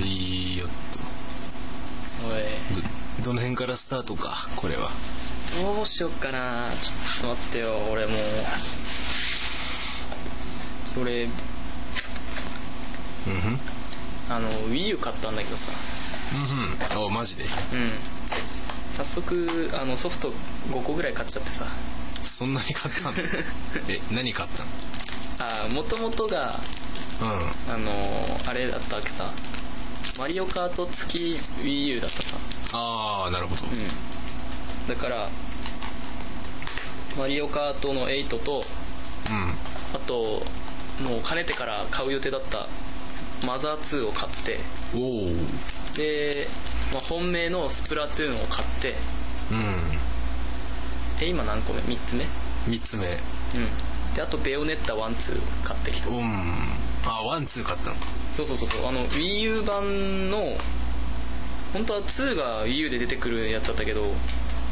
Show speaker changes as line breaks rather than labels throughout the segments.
いいよっ
おい
とどどの辺からスタートかこれは
どうしよっかなちょっと待ってよ俺もう俺
うんふん
あの WiiU 買ったんだけどさ
うんふんおマジで
うん早速あのソフト5個ぐらい買っちゃってさ
そんなに買ったのえ何買った
あもともとが
のうん
あのあれだったわけさマリオカート付き WiiU だったさ
ああなるほど、
うんだからマリオカートの8と
うん
あともうかねてから買う予定だったマザー2を買って
おおう
で、まあ、本命のスプラトゥーンを買って
ん
え今何個目3つ目う
3つ目
んであとベヨネッタ12買ってきた
うんあワンツー買ったの
そうそうそうそうあの WiiU 版の本当は2が WiiU で出てくるやつだったけど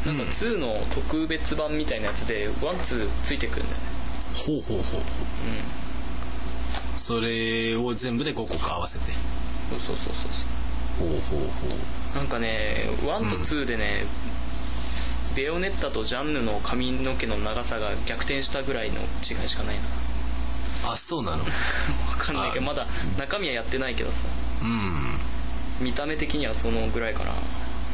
なんか
うん
2の特別版みたいなやつで12ついてくるんだよね
ほうほうほうほうそれを全部で5個か合わせて
うんそうそうそうそうそ
ほ
う
うほうほ
なんかね1と2でね、ベヨネッタとジャンヌの髪の毛の長さが逆転したぐらいの違いし かないな
うあそうなの
わかんないけど
あ
まだ中身はやってないけどさ
うん
見た目的にはそのぐらいかな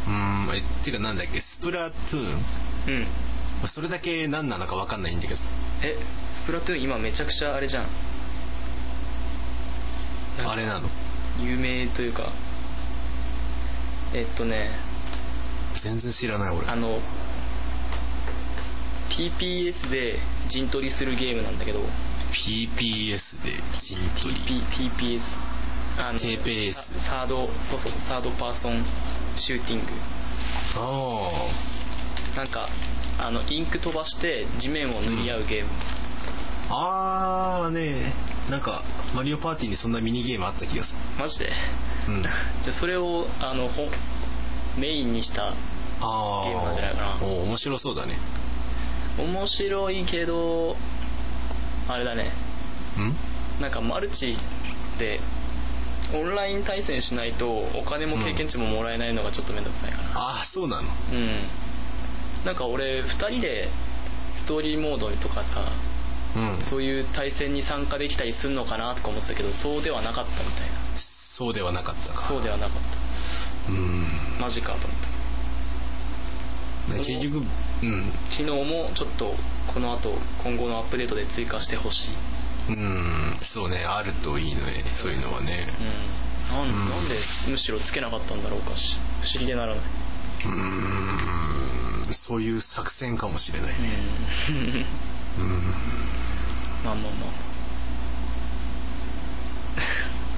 うんえっていうかなんだっけスプラトゥーン
うん
それだけ何なのか分かんないんだけど
えスプラトゥーン今めちゃくちゃあれじゃん
あれなの
有名というかえっとね
全然知らない俺
あの TPS で陣取りするゲームなんだけど
PPS で陣取り
TP TPS あ
TPS
ササードそうそうそうサードパーソンシューティング
あ
なんかあのインク飛ばして地面を塗り合うゲーム、
ああーねえなんかマリオパーティーにそんなミニゲームあった気がする
マジで
うん
でそれをあのほんメインにした
あ
ゲームなんじゃないか
あ
な
お面白そうだね
面白いけどあれだね
うん
なんかマルチでオンライン対戦しないとお金も経験値ももらえないのがちょっと面倒くさいかな
ああそうなの
うんなんか俺2人でストーリーモードとかさ
うん
そういう対戦に参加できたりするのかなとか思ってたけどそうではなかったみたいな
そうではなかったか
そうではなかっ
うん
たマジかと思った
ね結局うん
機能もちょっとこの後今後のアップデートで追加してほしい
うんそうねあるといいねそういうのはね
うんなん,、
うん
なんでむしろつけなかったんだろうかし不思議でならない
うんそういう作戦かもしれないね
うん
うん
まあまあまあ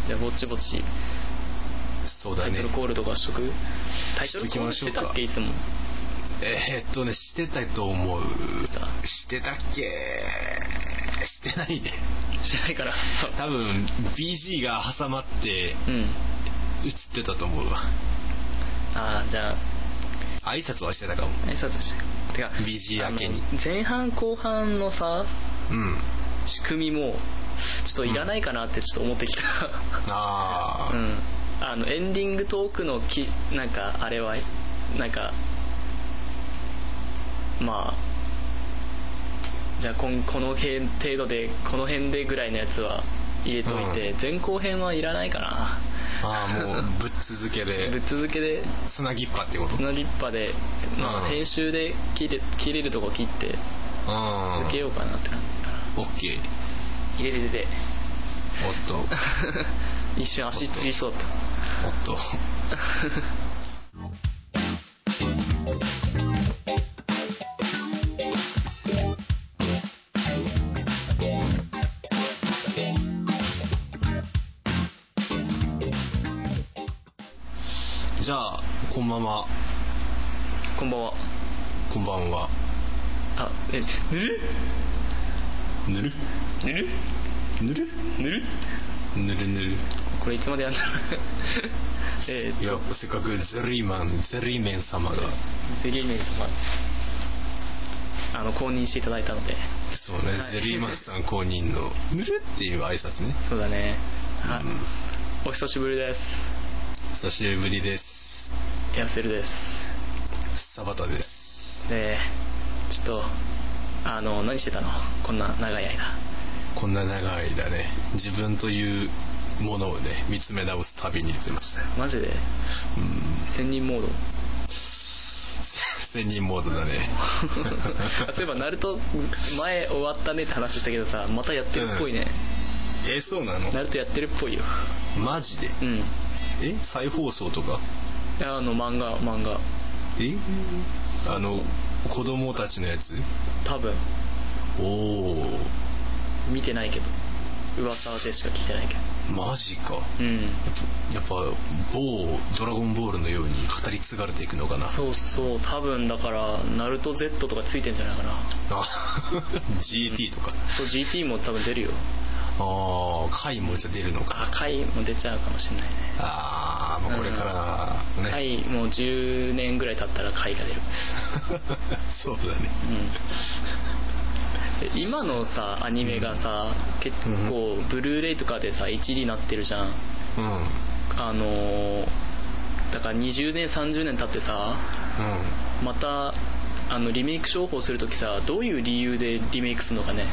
じゃあぼちぼち
そう
タ
だ
イト
ね
ルコールとかしとくタイトル
しとき
コー
ま
ル
し
し
ょう
て
か
たっけいつも
えーっとねしてたと思うしてたっけしてないね
してないから
多分 BG が挟まって
うん
映ってたと思うわ
ああじゃあ
挨拶はしてたかも
挨拶しててか
BG 明けに
あの前半後半のさ
うん
仕組みもちょっといらないかなってちょっと思ってきた
あ
う
あ、
んあのエンディングトークのきなんかあれはなんかまあじゃあこんこの辺程度でこの辺でぐらいのやつは入れといて、前後編はいらないかな
ああ もうぶっ続け
ぶっ
で
続けで
つなぎっぱってこと
その立派で、ま
う
あ、
ん
編集で切れ切れるとこ切って
うん
受けようかなって感じかな
OK
入れて て
おっとおっ
一瞬足つりそうだっ
と じゃあこんばんは
たこんばんは
こんばんは
あえぬる
ぬる
ぬる
ぬる
ぬる
ぬるぬる
これいつまでや んだろうえ
いやせっかくゼリーマンゼリーメン様が
ーゼリーメン様あの公認していただいたので
そうね、
はい
ゼリーマンさん公認のぬるっていう挨拶ね
そうだね、は
うん
お久しぶりです
久しぶりです
痩せるです
サバタです
でちょっとあの何してたのこんな長い間
こんな長い間ね自分というものをね見つめ直す旅に出てましたよ
マジで
うん
千人モード
千人モードだ ね
そういえばナルト前終わったねって話したけどさまたやってるっぽいね、
えそうなの
ナルトやってるっぽいよ
マジで
うんい
え再放送とか
やあの漫画漫画
えあの子供たちのやつ
多分
おお
見てないけど噂でしか聞いてないけど
マジか
うん
やっぱ某「ドラゴンボール」のように語り継がれていくのかな
そうそう多分だからナルト Z とかついてんじゃないかな
あ GT とか
そう GT も多分出るよ
ああ回もじゃ出るのか
赤いも出ちゃうかもしれないね
ああまあこれからね、
貝もう10年ぐらい経ったら貝が出る
そうだね
うんで今のさアニメがさ、結構ブルーレイとかでさ HD なってるじゃん
うんうん
あのーだから20年30年経ってさまたあのリメイク商法するときさどういう理由でリメイクするのかね、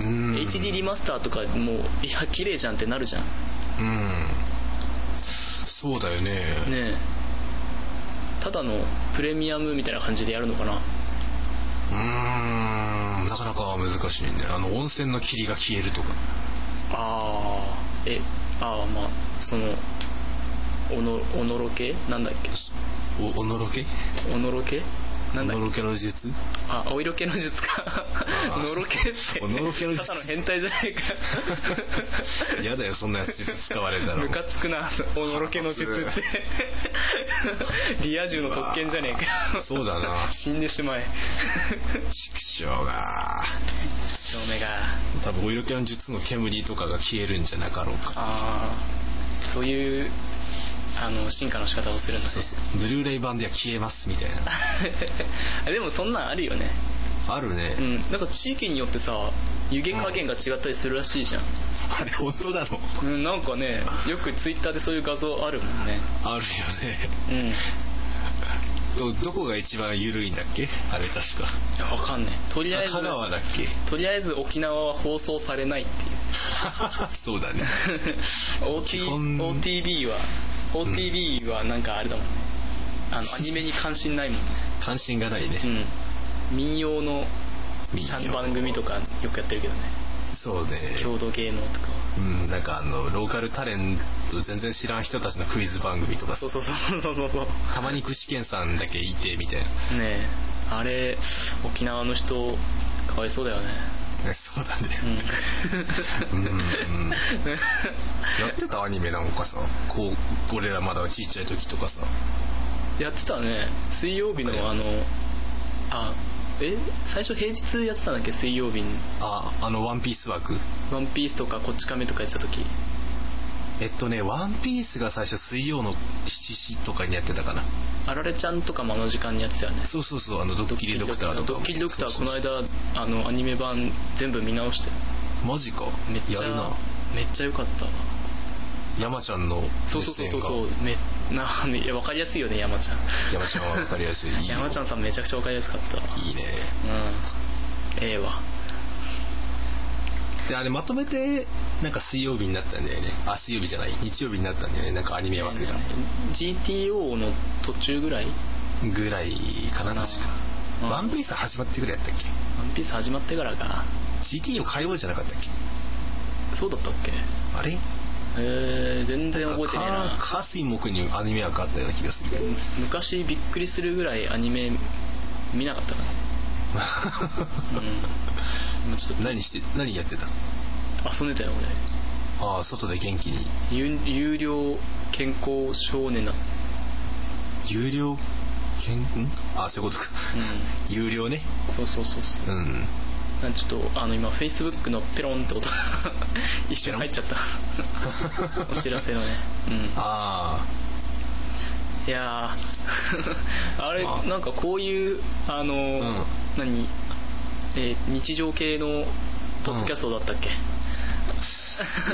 うん
HD リマスターとかもういや綺麗じゃんってなるじゃ
う
ん
んそうだよね
ねえただのプレミアムみたいな感じでやるのかな
うーんなかなか難しいねあの温泉の霧が消えるとか
ああえああまあそのおのおのろけなんだっけ
おおのろけ
おのろけなんだ
お
っ
の
け
ろけの術
あお色気の術か
ー
のろけって
おのろけの術
ただの変態じゃないか
嫌だよそんなやつ使われたら
ムカつくなおのろけの術ってリア充の特権じゃねえ
う
か
わそうだな
死んでしまえ
畜生が
照明が
多分お色気の術の煙とかが消えるんじゃなかろうか
ああそういうあの進化の仕方をするんだね
そうそうブルーレイ版では消えますみたいな
でもそんなんあるよね
あるね、
うんなんか地域によってさ湯気加減が違ったりするらしいじゃん、
あれ本当なの
うんなんかねよくツイッターでそういう画像あるもんね
あるよね
うんい
どどこが一番緩いんだっけあれ確か
やわかんねえとりあえず
香川だっ け
とりあえず沖縄は放送されないって
そうだね
いう OT
基本
OTB は OTB はなんかあれだもんねあのアニメに関心ないもんね
関心がないね、
うん民謡の
民謡
3番組とかよくやってるけどね
そうね
郷土芸能とか
うんなんかあのローカルタレント全然知らん人たちのクイズ番組とか
そうそうそうそうそうそう
たまに具志堅さんだけいてみたいな
ねえあれ沖縄の人かわいそうだよね
ねそうだね、
う
うん
ん
うんやってたアニメなんかさこう俺らまだちっちゃい時とかさ
やってたね水曜日のあのあえ最初平日やってたんだっけ水曜日に
ああのワンピース枠
「ワンピースとか「こっち亀」とかやってた時
えっとねワンピースが最初水曜の7時とかにやってたかな
あられちゃんとかもあの時間にやってたよね
そうそうそうあのドッキリドクターとか
ドッキリドクター
そうそうそう
この間あのアニメ版全部見直して
マジか
めっちゃ
やるな
めっちゃ良かったわ
山ちゃんの
そうそうそうそうそ
熱演
うめなんいや分かりやすいよね山ちゃん
が山ちゃんは分かりや すいいいよ
山ちゃんさんめちゃくちゃ分かりやすかったわ
いいね
うんええわ
であれまとめてなんか水曜日になったんだよねあ水曜日じゃない日曜日になったんだよねなんかアニメ枠が
GTO の途中ぐらい
ぐらいかな確か
うん
ワンピース始まってぐらいやったっけ
ワンピース始まってからか
GT を変えようじゃなかったっけ
そうだったっけ
あれ
えー、全然覚えてねえ
なん
な
か火水木にアニメ枠あったような気がするけど
昔びっくりするぐらいアニメ見なかったからねうん今ちょ っ
何して何やってた
と遊んでたよ
ああ外で元気に
俺有有料健康少年だった
有料けんんああそういうことか、
う
有料ね
そうそうそうそう
うん
なんかちょっとあの今フェイスブックのペロンっ て音が一瞬入っちゃったお知らせのねうん
あ
いやー あれ
まあ
なんかこういうあのー
うん
何、えー日常系のポッドキャストだったっけ、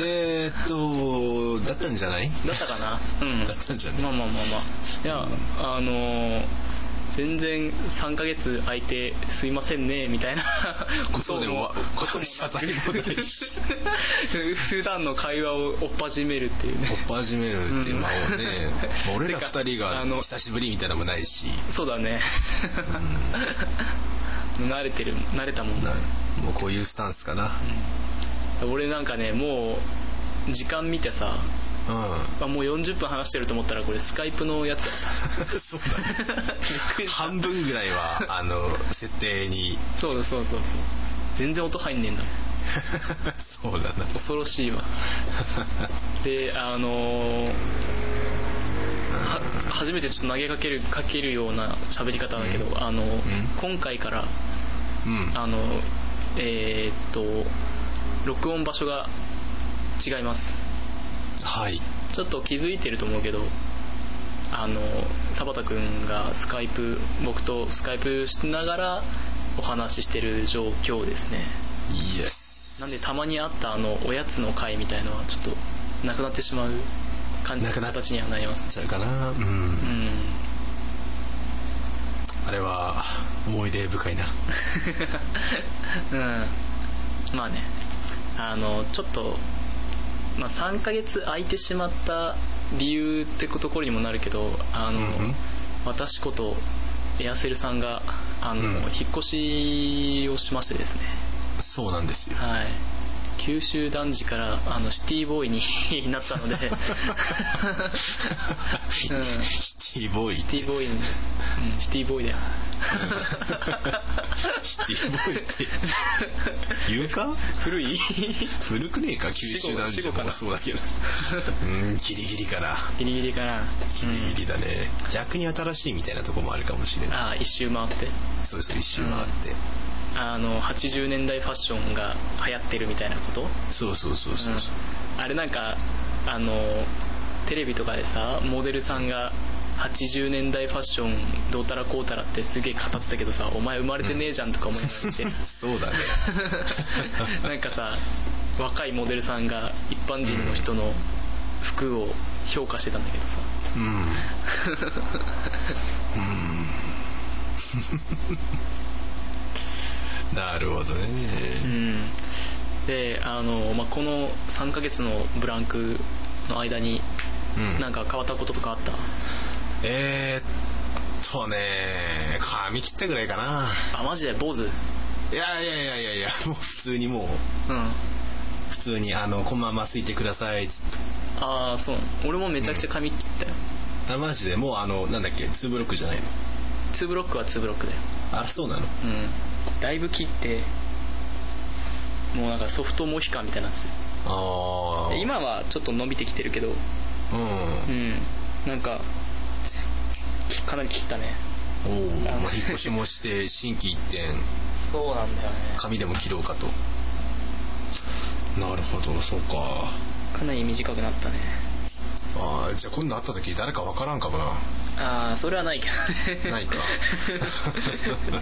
えーっとだったんじゃない
だったかなうん
だったんじゃない
まあまあまあまあいや、あのー全然3ヶ月空いてすいませんねみ たいなこと
そうでも
も
わことも謝罪もないし
普段の会話を追っ始めるっていうね
追っ始めるっていう間を ね、
うん
まあ俺ら
てか
二人が
あの
久しぶりみたいなのもないし
そうだね、慣れてる慣れたもん
なもうこういうスタンスかな
うん俺なんかねもう時間見てさ
うん
あもう40分話してると思ったらこれスカイプのやつだっ た
そうだね
び っくりした
半分ぐらい はあの設定に
そうだそうそうそう全然音入んねえんだもん
そうだ な
恐ろしいわであのーは初めてちょっと投げかけるかけるような喋り方だけど、
うん
あの
ん
今回から
うん
あのえーっと録音場所が違います
はい
ちょっと気づいてると思うけどあの田くんがスカイプ僕とスカイプしながらお話ししてる状況ですね
イエス
なんでたまにあったあのおやつの会みたいのはちょっとなくなってしまう感じ
なくなっ
形にはなります
ちゃうかなうん、
うん
あれは思い出深いな
うん まあねあのちょっと、まあ、3ヶ月空いてしまった理由ってところにもなるけどあの、
うんうん
私ことエアセルさんがあの、
うん
引っ越しをしましてですね
そうなんですよ
はい九州男児からあのシティボーイになった ので、うん
シティボーイ
シティボーイに、うん、シティボーイだよ
シティボーイって言うか
古い
古くねえか九州男
死
児
後か
も
な
そうだけどうんギリギリかな
ギリギリかな
ギリギリだね、逆に新しいみたいなとこもあるかもしれ
うん
ない
ああ一周回って
そうそう一周回って、
あの80年代ファッションが流行ってるみたいなこと
そうそうそうそうそう、
うんあれなんかあのテレビとかでさモデルさんが80年代ファッションどうたらこうたらってすげえ語ってたけどさお前生まれてねえじゃんとか思いながら見て、
そうだね
なんかさ若いモデルさんが一般人の人の服を評価してたんだけどさ、
うんうんなるほどね、
うん、であの、まあ、この3ヶ月のブランクの間に
うん
なんか変わったこととかあった、
えー、そうね髪切ったぐらいかな
あマジで坊主
いやいやいやいやいやもう普通にもう
うん
普通にあのこのまますいてくださいっつって
ああそう俺もめちゃくちゃ髪切ったよ、
あマジでもうあのなんだっけ2ブロックじゃないの
ツー2ブロックは2ブロックだよ
あそうなの
うんだいぶ切ってもうなんかソフトモヒカンみたいになって
あ
て
あ
今はちょっと伸びてきてるけど
うん
うんなんかきかなり切ったね
おお
あの
まあ、引っ越しもして新規一点
そうなんだよね
髪でも切ろうかとなるほどそうか
かなり短くなったね
あーじゃあ今度会った時誰かわからんかもな
ああそれはないけどね
ない か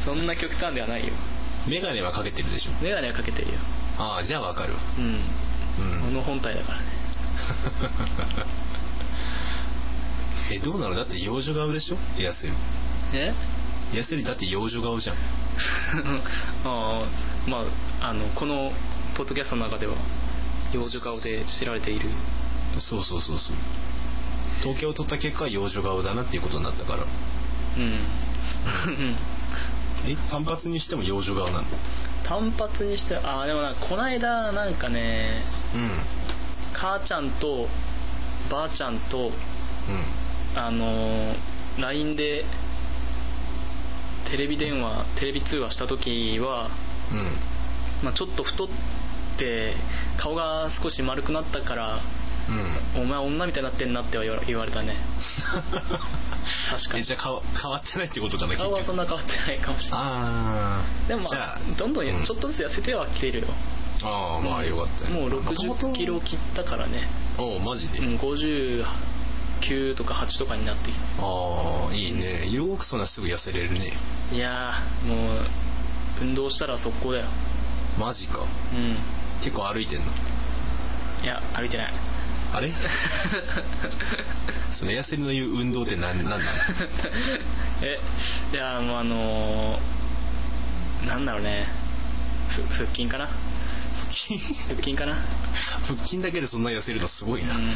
そんな極端ではないよ
眼鏡はかけてるでしょ
眼鏡はかけてるよ
ああじゃあわかるわ
うん
う
こ
ん
の本体だからね
えどうなのだって幼女顔でしょエアセル
え
エアセルだって幼女顔じゃん
ああまああのこのポッドキャストの中では幼女顔で知られている
そうそうそうそう統計を取った結果幼女顔だなっていうことになったから
うん
え単発にしても幼女顔なの
単発にしてああでもなんかこの間なんかね
うん
母ちゃんとばあちゃんと
うん
あのー LINE でテレビ電話テレビ通話した時は、
うん
まあ、ちょっと太って顔が少し丸くなったから
うん
「お前女みたいになってんな」っては言わ言われたね確か
え
に
じゃあ変わ変わってないってことかな結
顔はそん
局
な変わってないかもしれない
ああ
でも
じゃ
ま
あ
あどんどんちょっとずつ痩せてはきてるよ、
ああまあよかったね
もう6
もと
0
もと
キロ切ったからね、
おうマジで、
うん、59とか8とかになってき
ああいいねよくそんなすぐ痩せれるね
たいやーもう運動したら速攻だよ
マジか
うん
結構歩いてんの
いや歩いてない
あれその痩せるの言う運動って何なんなの
えいやもうあのーなんだろうねふ腹筋かな腹筋かな
腹筋だけでそんな痩せるのすごいな、
うん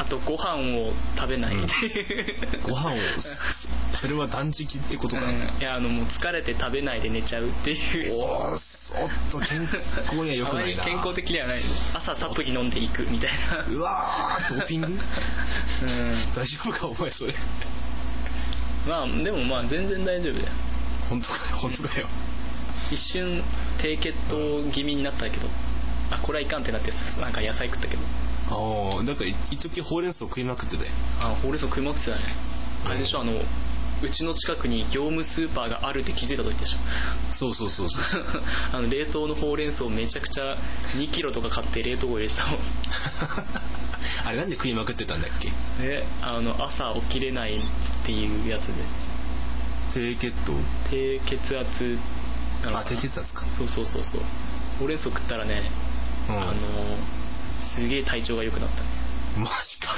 あとご飯を食べない、
う ん
うん
ご飯をそそれは断食ってことか、
いやあのもう疲れて食べないで寝ちゃうっていう
おーそっと健康には良くないな
あまり健康的ではない朝サプリ飲んでいくみたいな
うわードーピング
う
大丈夫かお前それ
んまあでもまあ全然大丈夫だよ
本当かよ本当かよ
一瞬低血糖気味になったけど、あこれはいかんってなってなんか野菜食ったけど
ああだからい一時ほうれん草食いまくってたよ
あほうれん草食いまくってたねあれでしょ、あのうちの近くに業務スーパーがあるって気づいた時でしょ
そうそうそうそう
あの冷凍のほうれん草をめちゃくちゃ2キロとか買って冷凍庫入れてたもん
あれなんで食いまくってたんだっけ
ねあの朝起きれないっていうやつ
低血糖
で低血圧なのかな
あ低血圧か
そうそうそうそうほうれん草食ったらね、
うん
あのすげえ体調が良くなった ね
マジか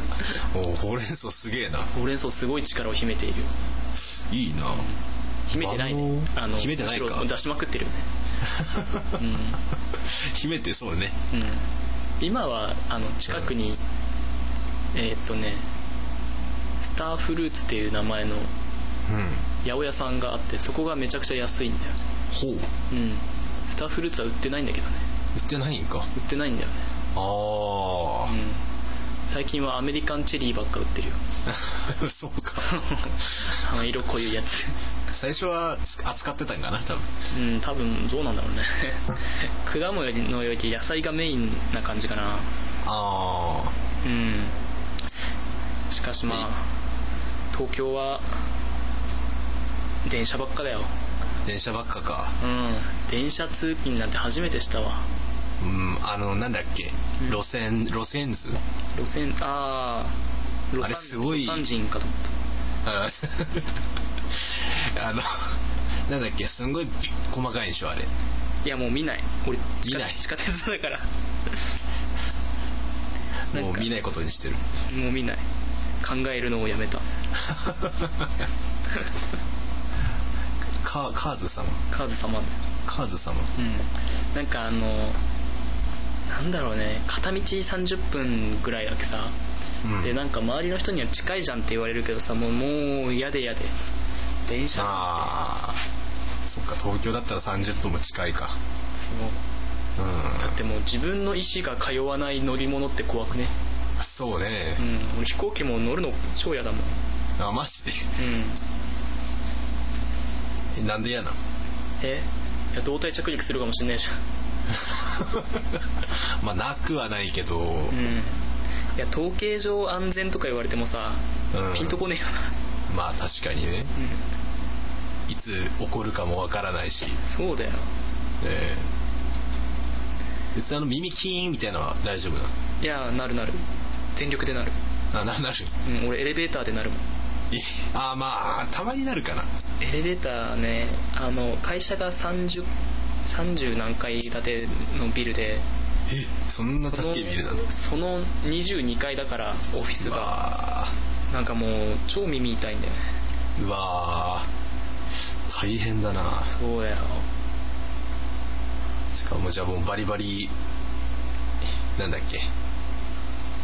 おうほうれん草すげえな
ほうれん草すごい力を秘めているよ
いい な
秘めてないね
あの
あの
秘めてないか
むしろ出しまくってるよねん
秘めてそうね
うん今はあの近くに、えーっとねスターフルーツっていう名前
う
の
ん
八百屋さんがあってそこがめちゃくちゃ安いんだよね
ほう売
うんスターフルーツは売ってないんだけどね
ってないんか
売ってないんだよね
ああ、
うん最近はアメリカンチェリーばっか売 ってるよ
そうか
あの色濃いやつ
最初は扱ってたんかな多分
うん多分どうなんだろう ね果物のより野菜がメインな感じかな
あ
うんしかしまあ東京は電車ばっかだよ
あ電車ばっかか
うん電車通勤なんて初めてしたわ
うんあのなんだっけ
うん
路線路線図
路線ああ
あれすごい
ロサン人かと思っ
ああのなんだっけすんごいび細かいでしょあれ
たいやもう見ない俺地下
見ない
地下鉄だからなんか
もう見ないことに してる
もう見ない考えるのをや めた
カーカーズ様
カーズ様
カーズ様
うんなんかあのなんだろうね片道30分ぐらいだけさ
うん
でなんか周りの人には近いじゃんって言われるけどさもうもう嫌で嫌で電車
ああそっか東京だったら30分も近いか
そう
うん
だってもう自分の意思が通わない乗り物って怖くね
そうね
う、ん俺飛行機も乗るの超嫌だもん
あマジで
うん
えなんで嫌なの
えいや胴体着陸するかもしんないじゃ
まあなくはないけど、
んうんいや統計上安全とか言われてもさ、
うん
ピンとこねえよ
まあ確かにね
なうん
いつ起こるかもわからないし、
そうだよ
ええ別にあの耳キーンみたいなのは大丈夫ない
やなるなる全力でなる、
のあななる
うん、俺エレベーターでなるもん
えあまあたまになるかな
エレベーターねあの会社が 30, 30何階建てのビルで
えそんな
そ
高
の
いビルなの
その22階だからオフィス
う
が
わ
なんかもう超耳痛いんだよね
ーうわー大変だな
そうだよ
しかもじゃあもうバリバリなんだっけ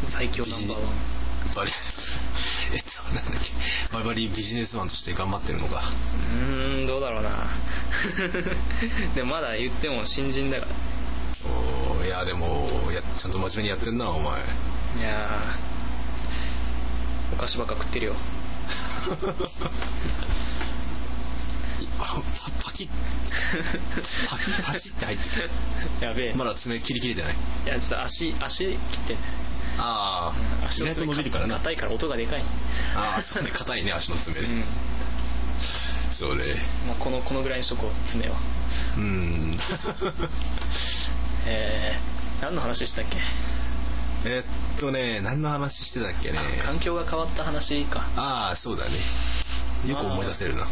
最強ナンバーワン
バリえっとなんだっけバリバリビジネスマンとして頑張ってるのか
うーんどうだろうな でもまだ言っても新人だか
おーいやでもやちゃんと真面目にやってんなお前
らいやーお菓子ばっか食ってるよ
あパパキッパキッパチって入ってる
やべえ、
まだ爪切り切れてない
いやちょっと足足切って
ああ
足
意
の
外と
爪
伸びるからな
硬いから音がでかい
ああそうね硬いね足の爪ね、
うん、
それ
まあ、このこのぐらいにしとこう爪は
うん
えー、何の話でしたっけ、
えっとね何の話してたっけね
あ環境が変わった話か
ああそうだねよく思い出せるな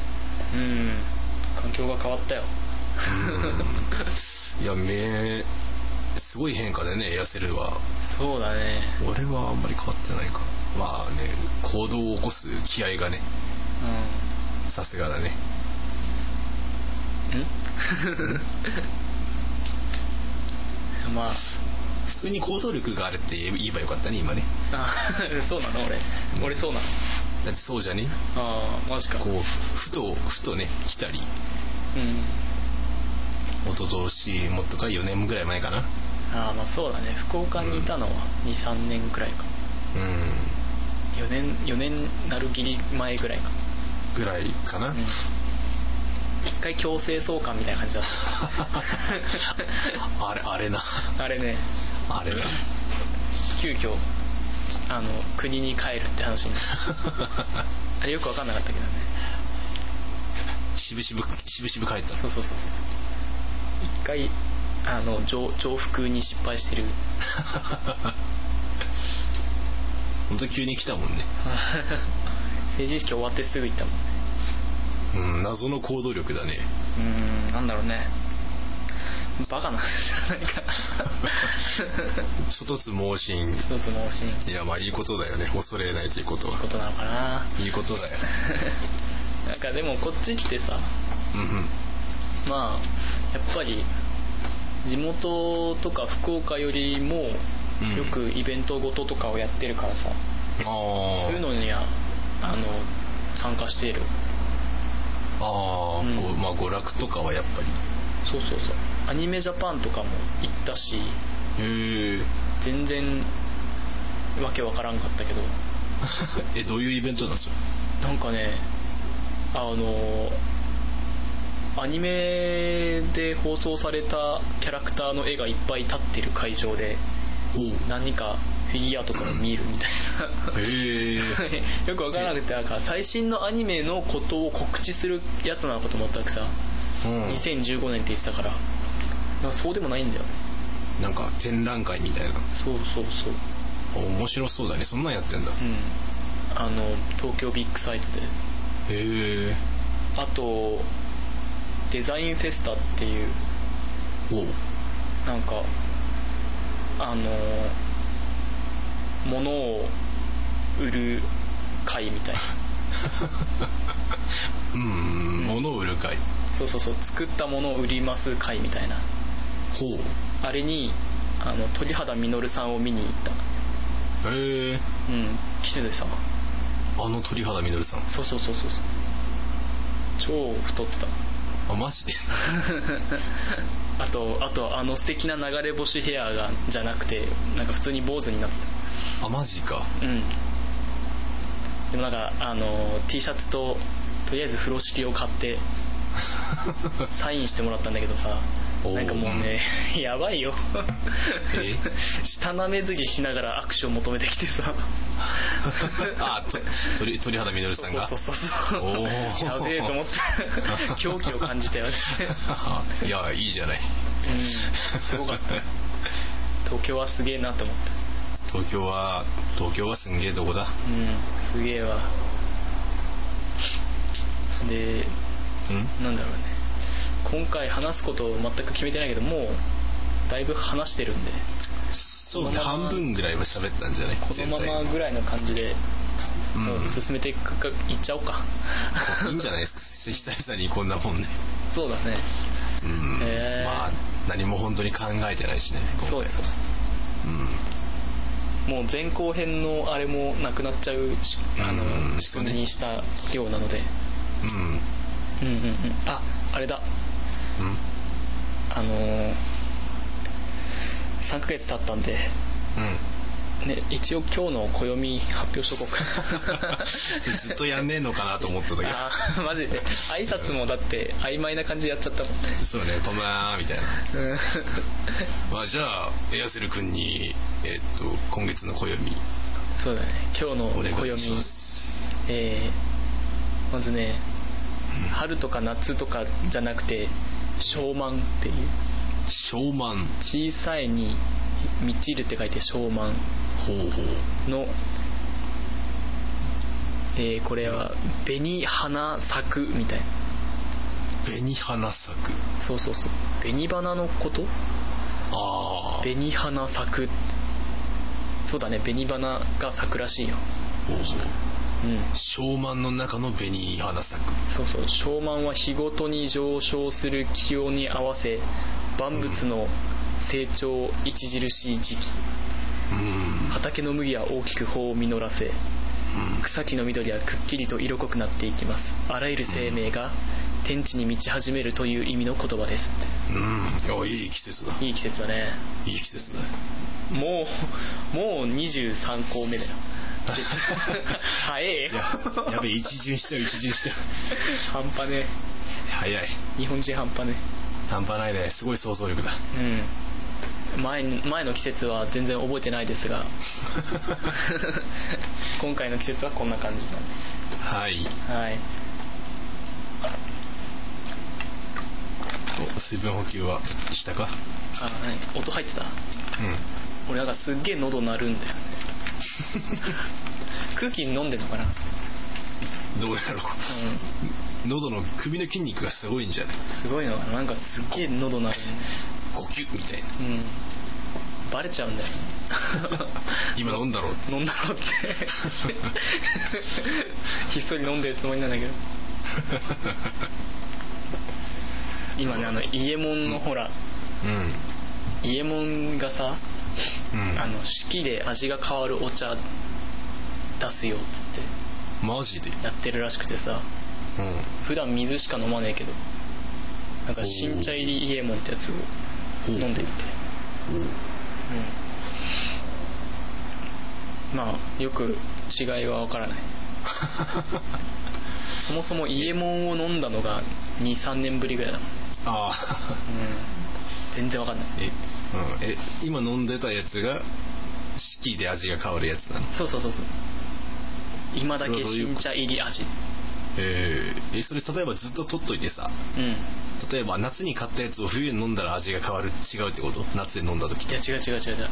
うん環境が変わったよ
うんいやめすごい変化でね痩せるは
そうだね
俺はあんまり変わってないかまあね行動を起こす気合がねさすがだね
うん まあ
普通に行動力があるって言え言えばよかったね今ね
あそうなの俺
うん
俺そうなの
だってそうじゃね
ああマジか
こうふとふとね来たり
うん
一昨年もっとか4年ぐらい前かな
ああまあそうだね福岡にいたのは23年くらいか
うん
4年4年なるぎり前ぐらいか
ぐらいかな、
うん一回強制送還みたいな感じだっ
あれあれな
たあれね
あ れな
急遽あの国に帰るって話になったあれよく分かんなかったけどね
しぶしぶしぶしぶ帰った
そうそうそうそう一回あの上上腹に失敗 してる
本当急に来たもんね
成人式終わってすぐ行ったもんね
うん謎の行動力だね
うーんなんだろうねバカなんじゃない かな
諸突猛進
一つも欲しい
いやまあいいことだよね恐れないということは
ことなのかな
いいことだよ
なんかでもこっち来てさ
うんうん
まあやっぱり地元とか福岡よりも
うん
よくイベントごととかをやってるからさ、
ああ
そういうのにはあの参加している
ああ、
うん
こうまあ娯楽とかはやっぱり
そうそうそうアニメジャパンとかも行ったし
へえ
全然わけわからんかったけど
えどういうイベントなんですか
なんかねあのアニメで放送されたキャラクターの絵がいっぱい立ってる会場で
ほう
何かフィギュアとかを見るみたい
へ
な
え
よくわからなくてなんか最新のアニメのことを告知するやつなのかと思ったわけさ
うん
2015年って言ってたからなんかそうでもないんだよね
なんか展覧会みたいな
そうそうそう
あ面白そうだねそんなんやってんだ
うんあの東京ビッグサイトで
へえ
あとデザインフェスタっていう
ほう
なんかあの物を売る会み たいな
うん物を売る会
そうそうそう作ったものを売ります会みたいな
ほう
あれにあの鳥肌実さんを見に行った
へえ
うん来ててさ
あの鳥肌みどりさん
そうそうそうそうそう超太 ってた
あマジで
あとあとあの素敵な流れ星ヘアがじゃなくてなんか普通に坊主になって
あマジか
たうんでもなんかあの T シャツととりあえず風呂敷を買ってサインしてもらったんだけどさ
おー
なんかもうね やばいよ
え
舌なめずりしながら握手を求めてきてさ
あと鳥鳥肌みどり
そ
さ
うん
が
そうそうそう
おー
やべえ と思って狂気を感じたよね
いやいいじゃない
うんすごかった東京はすげえなと思って
東京は東京はすんげえとこだ
うんすげえわで
うん
なんだろうね今回話すことを全く決めてないけどもうだいぶ話してるんで
そうね
このまま
半分ぐらいは喋ったんじゃない
このままぐ
い
らいの感じでもう
う
進めていくかいっちゃおうか
んいいんじゃないですか久々にこんなもんね
そうだね
うん
へー
まあ何も本当に考えてないしね今回
そうですそうです
うん
もう前後編のあれもなくなっちゃうしあの
うん
仕組みにしたようなので
うん
うんうんうんああれだ
うん
あのー、3ヶ月経ったんで、
うん
ね、一応今日の暦発表しとこうか
ちょずっとやんねえのかなと思ったん
あ
だ
ー マジで挨拶もだって曖昧な感じでやっち ゃったもんね
けどそうねパパーンみたいな
うん
まあじゃあエアセル君にえっと今月の暦
そうだね今日の
お願いし
暦
ます
えー、まずね春とか夏とかじゃなくて「小満」っていう
小満
小さいに「満ちる」って書いて「小満」
ほうほう
の、えーこれは「紅花咲く」みたいな
紅花咲く
そうそうそう紅花のこと
ああ
紅花咲くそうだね紅花が咲くらしいよ
おお
うん
小満の中の紅花咲く
そうそう小満は日ごとに上昇する気温に合わせ万物の成長著しい時期
うんうん
畑の麦は大きく穂を実らせ草木の緑はくっきりと色濃くなっていきますあらゆる生命が天地に満ち始めるという意味の言葉です
うん、あいい季節だ
いい季節だね
いい季節だ
もうもう23校 目だよ 早えよ
ややべえ一巡しちゃう一巡しちゃう
半端ね
早い
日本人半端ね
半端ないねすごい想像力だ
うん前前の季節は全然覚えてないで すが今回の季節はこんな感じだね
はい
はい
お水分補給はしたか
あはい音入ってた
うん
俺なんかすっげえ喉鳴るんだよね空気飲んでんのかな
どうやろ
う
う喉の首の筋肉がすごいんじゃない
んすごいのかななんかすっげえ喉鳴るね
呼吸みたいな
うんバレちゃうんだよ
今飲んだろう って
飲んだろうってひっそり飲んでるつもりなんだけど今ねあの伊右衛門のほら、
うん
伊右衛門がさ、
うん
あの四季で味が変わるお茶出すよっつっ
マジで
てやってるらしくてさ
うん
普段水しか飲まねえけどなんか新茶入り伊右衛門ってやつを飲んでみてうんまあよく違いは分からないそもそも伊右衛門を飲んだのが23年ぶりぐらいだもん、
ああ
全然分かんない
え,、うん、え今飲んでたやつが四季で味が変わるやつなの
そうそうそうそう今だ
そ
け
れはどういう
新茶入り味
えー、えそれ例えばずっと取っといてさ
うん
例えば夏に買ったやつを冬に飲んだら味が変わる違うってこと夏で飲んだ時
いや違う違う違う違う
そういう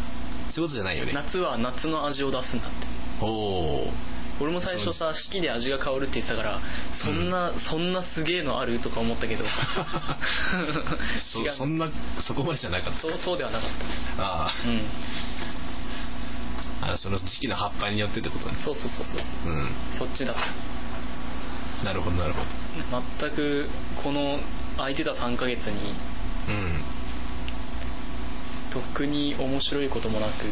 ことじゃないよね
夏は夏の味を出すんだって
おおー
俺も最初さ四季で味が変わるって言ってたからそんな、そんなすげえのあるとか思ったけど違う
そそ
そ
んなそこまでじゃなかった
うそうではなかっ
あ
たうん
ああのその時期の葉っぱによってってことね
そうそうそうそうそう
うん
そっちだった
なるほどなるほど
全くこの空いてた3ヶ月に
うん
特に面白いこともな く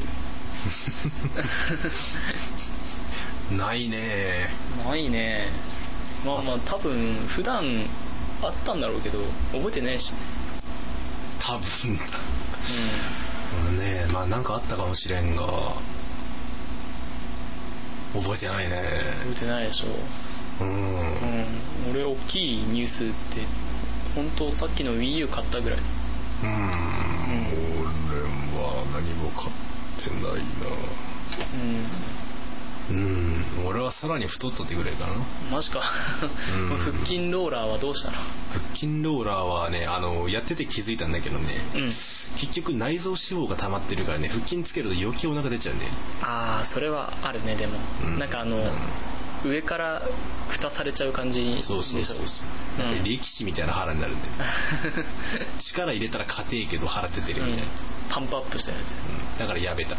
ないね
ないねまあまあ多分普段あったんだろうけど覚えてねえしね
多分うんねまあなんかあったかもしれんが覚えてないね
うん覚えてないでしょ
うん、
うん俺大きいニュースって本当さっきの WiiU 買ったぐらい
うん、俺は何も買ってない
うん
なうん俺はさらに太ったってぐらいかな
マジか
うん
腹筋ローラーはどうしたの
腹筋ローラーはねあのやってて気づいたんだけどね、
うん
結局内臓脂肪が溜まってるからね腹筋つけると余計お腹出ちゃうね
ああそれはあるねでも、
うん
なんかあの、
う
上から蓋されちゃう感じでしょ
そうそうそうそう、
うん
なんか力士みたいな腹になるんだよ力入れたら硬いけど腹出てるみたいな、
うんパンプアップしたやつ
うんだからやめた
あ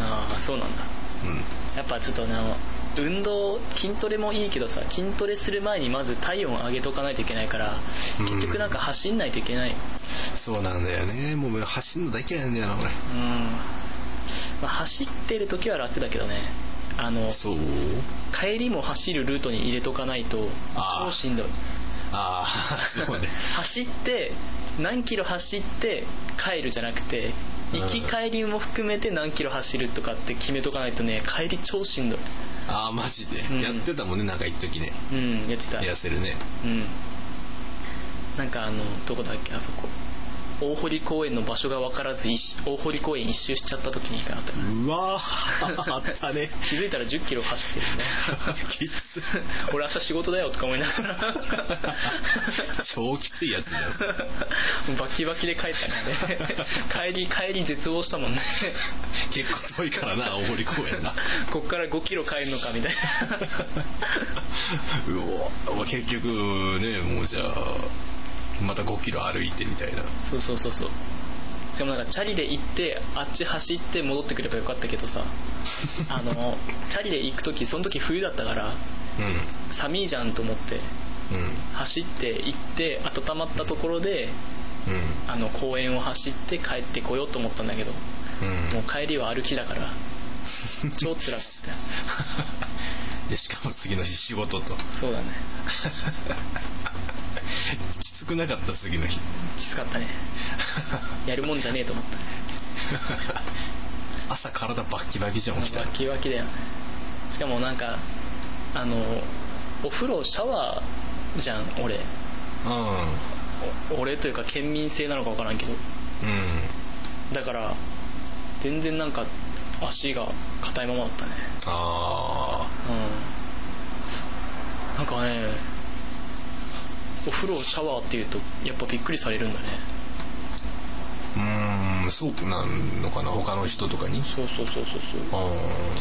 あそうなんだ
うん
やっぱちょっとねあの運動筋トレもいいけどさ筋トレする前にまず体温上げとかないといけないから
うん
結局なんか走んないといけない
そうなんだよねもう走るのだけなんだよな俺
うん、まあ、走ってる時は楽だけどねあの
そう
帰りも走るルートに入れとかないと
あー
超しんどい
ああそうね
走って何キロ走って帰るじゃなくて
うん
行き帰りも含めて何キロ走るとかって決めとかないとね帰り超しんどい
ああマジで、
うん
やってたもんねなんか一時ね
うんやってた
痩せるね
うんなんかあのどこだっけあそこ大堀公園の場所が分からず一周大堀公園一周しちゃった時に行かなかった
うわー あった ね
気づいたら1 0キロ走ってるね
きつい
俺明日仕事だよとか思いながら
超きついやつじゃん
バキバキで帰ったからね 帰り帰り絶望したもんね
結構遠いからな大堀公園な
こっから5キロ帰るのかみたい な
うわ結局ねもうじゃあまた5キロ歩いてみたいな
そうそうそうそうしかもなんかチャリで行ってあっち走って戻ってくればよかったけどさあのチャリで行く時その時冬だったから
う
寒いじゃんと思って
んうん
走って行って温まったところであの公園を走って帰ってこようと思ったんだけど
うんう
も
ん
う帰りは歩きだから超辛かっ
でしかも次の日仕事と
たそうだね
きつくなかった次の日
きつかったねやるもんじゃねえと思っ た
朝体バッキバキじゃん起きた
バ
ら
キバキだよねしかもなんかあのお風呂シャワーじゃん俺
う
お俺というか県民性なのか分からんけど
んうん
だから全然なんか足が硬いままだったね
あ
うんなんかねお風呂シャワーっていうとやっぱびっくりされるんだね
あうーんそうなんのかな他の人とかにうん
そうそうそうそうそう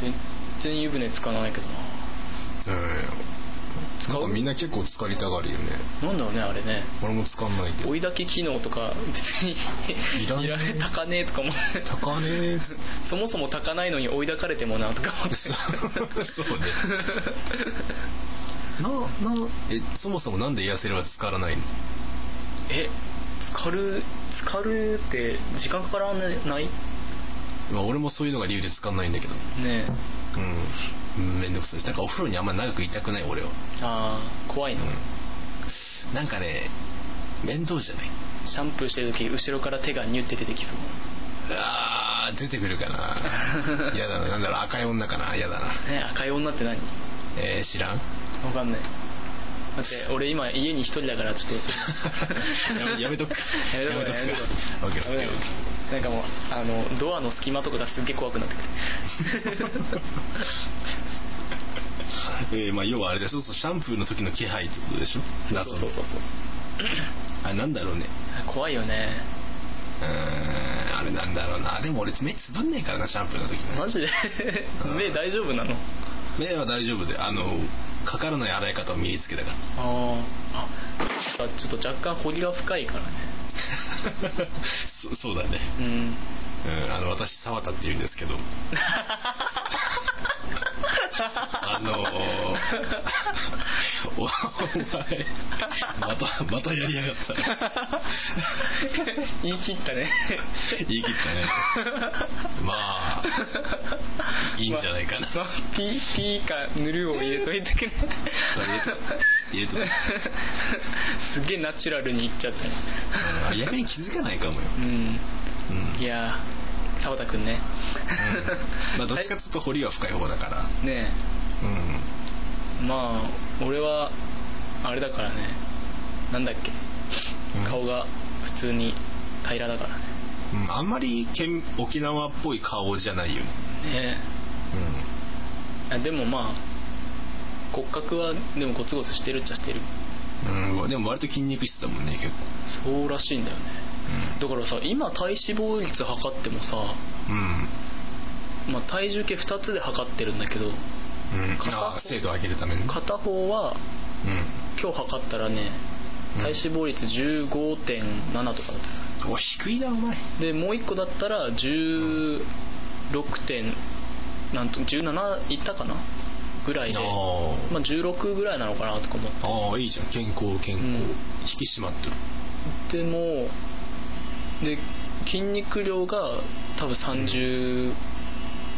全然湯船つかないけど
ええ
使う
なんかみんな結構疲れたがるよね
ななんだろうねあれね
俺も使んないけど
追いだき機能とか別に
いらんね
いらねえ高ねえとかも
高ねえっつって
そもそも高ないのに追い抱かれてもなとか思って
そうそうねななえそもそもなんで痩せるは疲らないの
え浸かる浸かるって時間かからないね
まあ俺もそういうのが理由で疲んないんだけど
え
うんめんどくさいしなんかお風呂にあんま長くいたくない俺は
ああ怖いの、
うんなんかね面倒じゃない
シャンプーしてる時後ろから手がニュって出てきそう
あー出てくるか なやだななんだろう赤い女かなやだな
ね赤い女って何
えー、知らん
わかんないだって俺今家に一人だからちょっとそれ
やめやめとく
やめとこう
やめ
やめ
と
と
く
こ
OK
う
OK
なんかもうあのドアの隙間とかがすっげえ怖くなってくる
OK えー、まあ要はあれでそうそうシャンプーの時の気配ってことでしょ
そうそうそううそう
あなんだろうね
怖いよね
うーんあれなんだろうなでも俺目つぶんないからなシャンプーの時な
マジで
うん
目大丈夫なの
目は大丈夫であのかからない洗い方を身につけ たから
あーあちょっと若干彫りが深いからね
そそうだね、
うん
うん、あの私沢田って言うんですけ どあのーおお前またまたやりやがったな
言い切った ね
言い切ったねまあ いいんじゃないかな、
まあ、ピーピーかぬるを入れといてくれ
言えと言えと
すげえナチュラルにいっちゃった
うんやべに気づかないかもよ、
う
う
ん
ん
いやー澤田君ね、
うんまあ、どっちか っていうと彫りは深い方だから
ね
うん
えまあ俺はあれだからねなんだっけ、
うん
顔が普通に平らだからね
うんあんまりけん沖縄っぽい顔じゃないよね、
ねえあでもまあ骨格はでもゴツゴツしてるっちゃしてる
うんうん、でも割と筋肉質だもんね結構、
そうらしいんだよねだからさ今体脂肪率測ってもさ、
うん
まあ、体重計2つで測ってるんだけど
うん、うん、
片方
ああ精度上げるためにね
片方は
う
今日測ったらね
うん
体脂肪率15.7とかだってさ
んお低いなお前
でもう1個だったら16点なんと17いったかなぐらいで
あー
まあ、16ぐらいなのかなとか思っ
ああいいじゃん健康健康、
うん
引き締まってる
てでもで筋肉量が多分30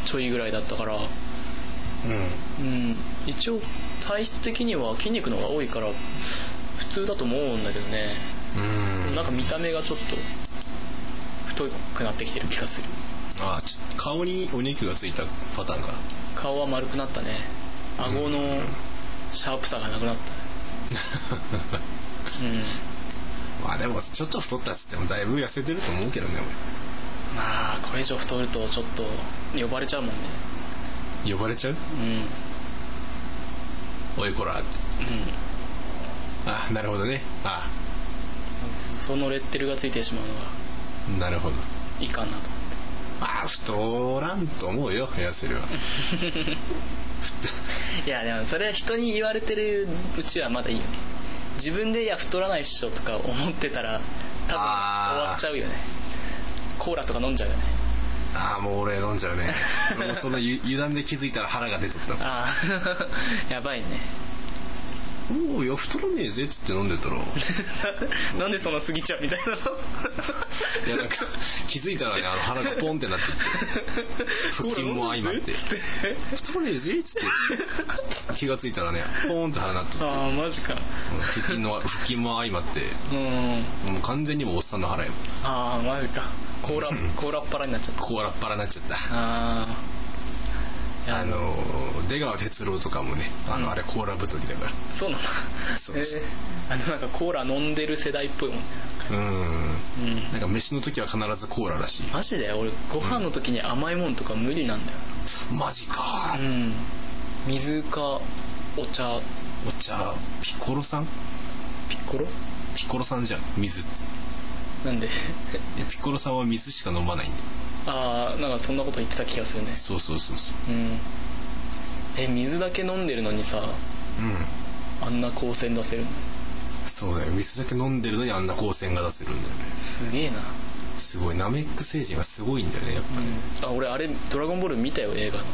ちょいぐらいだったから、
うん
うん、一応体質的には筋肉の方が多いから普通だと思うんだけどね、
うん
なんか見た目がちょっと太くなってきてる気がする
ああちょっと顔にお肉がついたパターンか
顔は丸くなったね顎のシャープさがなくなったうん
まあでもちょっと太ったっつってもだいぶ痩せてると思うけどね
まあこれ以上太るとちょっと呼ばれちゃうもんね
俺呼ばれちゃう
うんうん
おいこらってあなるほどねあ
そのレッテルがついてしまうのが
なるほど
いかんなと
ああ太らんと思うよ痩 せるは
いやでもそれは人に言われてるうちはまだいいよね自分でいや太らないっしょとか思ってたら多分終
あー
わっちゃうよねコーラとか飲んじゃうよね
ああもう俺飲んじゃう ねもうそのゆ油断で気づいたら腹が出とった
ああ やばいね
おおいや太らねえぜっつって飲んでたらい
ななんでそのスギちゃんみたいなの
やなんか気づいたらねあの腹がポンってなってて腹筋も相まって太らねえぜっつって気がついたらねポーンって腹なっとって
ああマジか
腹筋の腹筋も相まって
うん
もう完全にもうおっさんの腹やもん
ああマジかコー ラ
うん
コーラっ腹になっちゃった
ここらっぱらになっちゃった
ああいや
あの出川哲朗とかもねあの、
うん
あれコーラ太りだか
そうなの
そうそう
えーあのなんかコーラ飲んでる世代っぽいもんね
らうん
うん
なんか飯の時は必ずコーラらしい
マジで俺ご飯の時に甘いもんとか無理なんだよ
マジか、
うん水かお茶
お茶ピコロさん
ピッコロ
ピコロさんじゃん水って
な んで
いやピコロさんは水しか飲まないんだ
ああなんかそんなこと言ってた気がするね
そうそうそうそう
うんえ水だけ飲んでるのにさ
うん
あんな光線出せるの
そうだよ水だけ飲んでるのにあんな光線が出せるんだよね
すげえな、
すごいナメック星人はすごいんだよねやっぱ
あ俺あれ「ドラゴンボール」見たよ映画の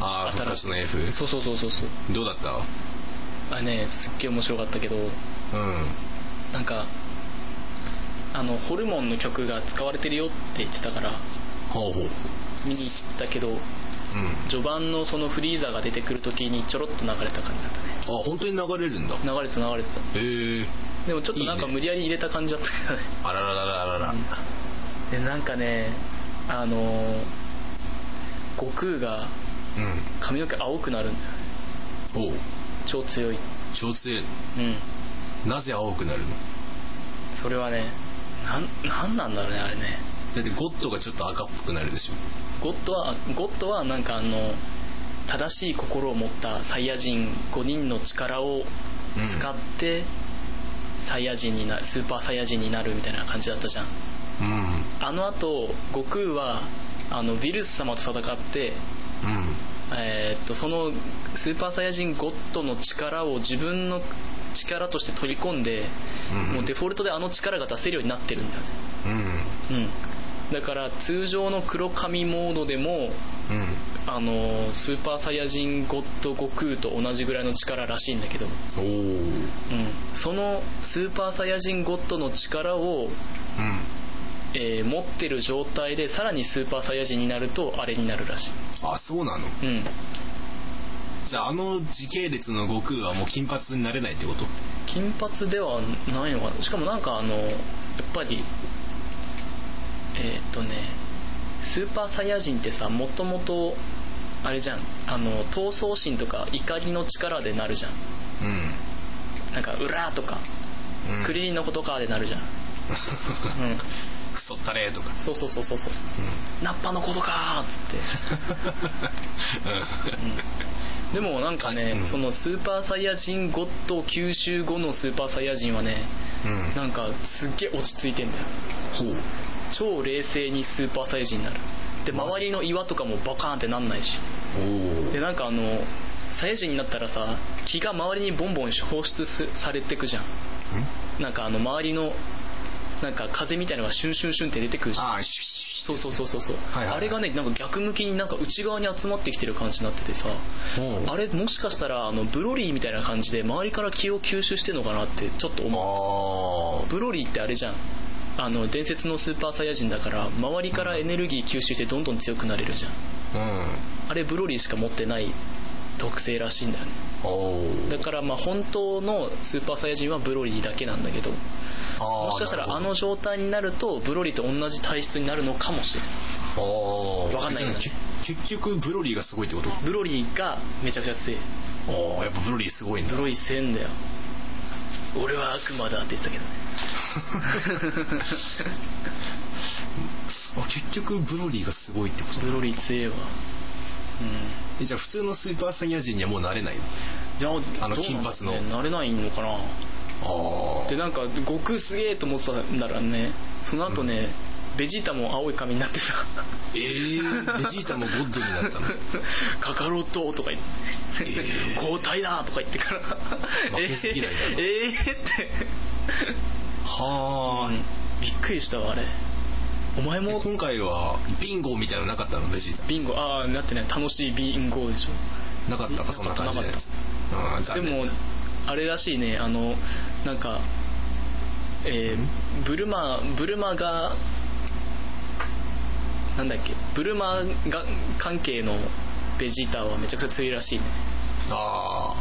ああ
新
昔
しい
の F
そうそうそうそうそう
どうだった
あれねすっげえ面白かったけど
うん
なんかあのホルモンの曲が使われてるよって言ってたから
ほうほうほう
見に行ったけど
うん
序盤のそのフリーザが出てくる時にちょろっと流れた感じだったね
あ本当に流れるんだ
流れてた流れてた
へえ
でもちょっとなんか
いいね
無理やり入れた感じだったけどね
あらららららら
でなんかねあのー悟空が
うん
髪の毛青くなるんだよね
おう
超強い
超強い
うん
なぜ青くなるの
それはねなんなんなんだろうねあれね
だってゴッドがちょっと赤っぽくなるでしょ
ゴッドはゴッドはなんかあの正しい心を持ったサイヤ人5人の力を
うん
使って、サイヤ人になスーパーサイヤ人になるみたいな感じだったじゃん
うん
あのあと悟空はあのビルス様と戦って、
うん
えーっとそのスーパーサイヤ人ゴッドの力を自分の力として取り込んで、
うん
もうデフォルトであの力が出せるようになってるんだよね
うん
うんだから通常の黒髪モードでも
うん
あのスーパーサイヤ人ゴッド悟空と同じぐらいの力らしいんだけど、
おおうん
うん、そのスーパーサイヤ人ゴッドの力を、えー持ってる状態でさらにスーパーサイヤ人になるとあれになるらし
あそうなの
いうん
じゃああの時系列の悟空はもう金髪になれないってこと
金髪ではないのかなしかもなんかあのやっぱりえーっとねスーパーサイヤ人ってさもともとあれじゃんあの闘争心とか怒りの力でなるじゃん
うん
なんか「うら!」とか
うん
「ク リリンのことか」でなるじゃん、うん、
クソったれーとか
そうそうそうそうそうそう
うん
ナッパのことかーっつって、うん、でもなんかね、
うん
そのスーパーサイヤ人ゴッド吸収後のスーパーサイヤ人はね
うんうん
なんかすっげえ落ち着いてんだよ
ほう
超冷静にスーパーサイヤ人になるで
マジ
周りの岩とかもバカーンってなんないし
おお
でなんかあのサイヤ人になったらさ気が周りにボンボン放出すされてくじゃんなんかあの周りのなんか風みたいのがシュンシュンシュンって出てくるし
ああシュッシュッシュッ
そうそうそうそうそう、
はいはいはい
あれがねなんか逆向きになんか内側に集まってきてる感じになっててさ
ほう
あれもしかしたらあのブロリーみたいな感じで周りから気を吸収してるのかなってちょっと思う
あ
ブロリーってあれじゃんあの伝説のスーパーサイヤ人だから周りからエネルギー吸収してどんどん強くなれるじゃん
あうん
あれブロリーしか持ってない特性らしいんだよね
おー
だからまあ本当のスーパーサイヤ人はブロリーだけなんだけど
あー
もしかしたらあ
な
の
る
状態になるとブロリーと同じ体質になるのかもしれない
ほどあー
わかんないけどね
じゃあけ結局ブロリーがすごいってこと
ブロリーがめちゃくちゃ強い
ああやっぱブロリーすごいんだ
ブロリーせんだよ俺は悪魔だって言ってた けどね
あ結局ブロリーがすごいってこと
ブロリー強えわうん
えじゃあ普通のスーパーサイヤ人にはもうなれないの
じゃあ
あの
どうなんだろう
金髪
ね、
の
慣れないのかな
ああ
でなんか悟空すげえと思ってたんだらねその後ね、ベジータも青い髪になってさ
えー、ベジータもゴッドになったの
「 カカロット」とか言って
えー
「交代だ」とか言ってから「
負けず嫌いだな
えーえーって
はあ、
びっくりしたわあれお前も
今回はビンゴみたいなのなかったのベジータ
ビンゴああだってね楽しいビンゴでしょ
なかったかそんな感じで
なかっ
うん残
で
念
もあれらしいねあのなんかえーブルマブルマがなんだっけブルマが関係のベジータはめちゃくちゃ強いらしいね
あ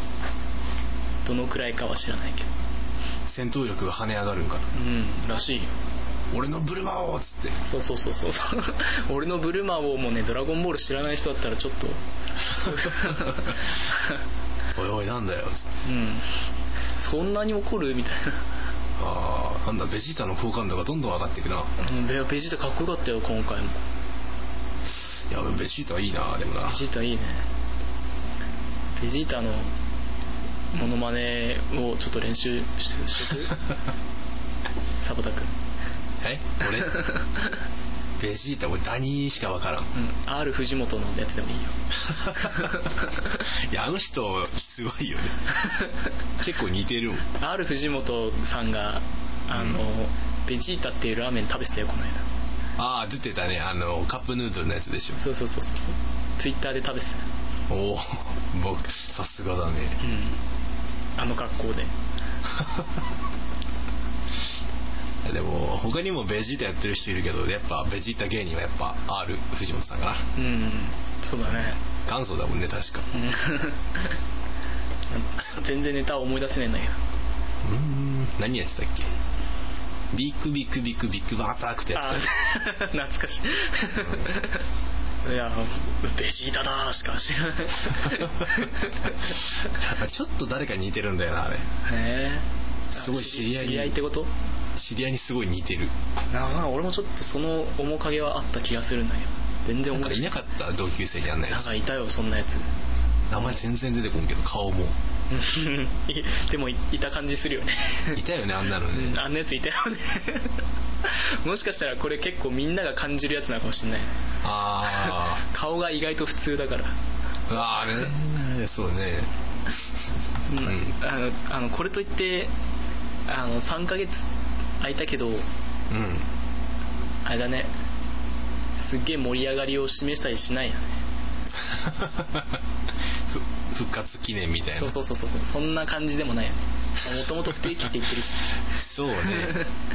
どのくらいかは知らないけど
あ戦闘力が跳ね上がるんかな
うんらしいよ
俺のブルマをっつって
そうそうそう そうそう俺のブルマをもうね「ドラゴンボール」知らない人だったらちょっ と
おいおいなんだよ
うんそんなに怒るみたい
ああなんだベジータの好感度がどんどん上がっていくな
なうんベベジータかっこよかったよ今回も
いやベジータはいいなでもな
ベジータいいねベジータのモノマネをちょっと練習ししとく サボタ君
え俺ベジータ俺ダニーしか分からん
うん R 藤本のやつで もいいよ
いやあの人すごいよね結構似てるもん
R 藤本さんがあの、
うん
ベジータっていうラーメン食べてたよこの間
ああ出てたねあのカップヌードルのやつでしょ
そうそうそうそうそうツイッターで食べてたよ
おお僕さすがだね
うんあの格好で
でも他にもベジータやってる人いるけどやっぱベジータ芸人はやっぱ R 藤本さんかな
うんそうだね
元祖だもんね確か
うん全然ネタを思い出せないんだけど
うーん何やってたっけビックビックビックビックバータークってやっ
あ
て
ー懐かしい いやベジータだーしか知ら ない
たちょっと誰かに似てるんだよなあれ
へえ
すごい知り合いに
知り合いってこと
知り合いにすごい似てる
なあ俺もちょっとその面影はあった気がするんだけど全然
なん
思
かいなかった同級生にあんないや
なん
つ
かいたよそんなやつ
名前全然出てこんけど顔も
うん いでもいいた感じする よね
いたよねあんなのね
あんなやついたよね もしかしたらこれ結構みんなが感じるやつなのかもしれない
あ
顔が意外と普通だから、
ー あーねそうね
うん
うん
あのあのこれといってあの3ヶ月空いたけど
うん
あれだねすっげえ盛り上がりを示したりしないよね
ふ復活記念みたいな
そうそうそうそうそんな感じでもないよねもともと不定期って言ってるし
そうね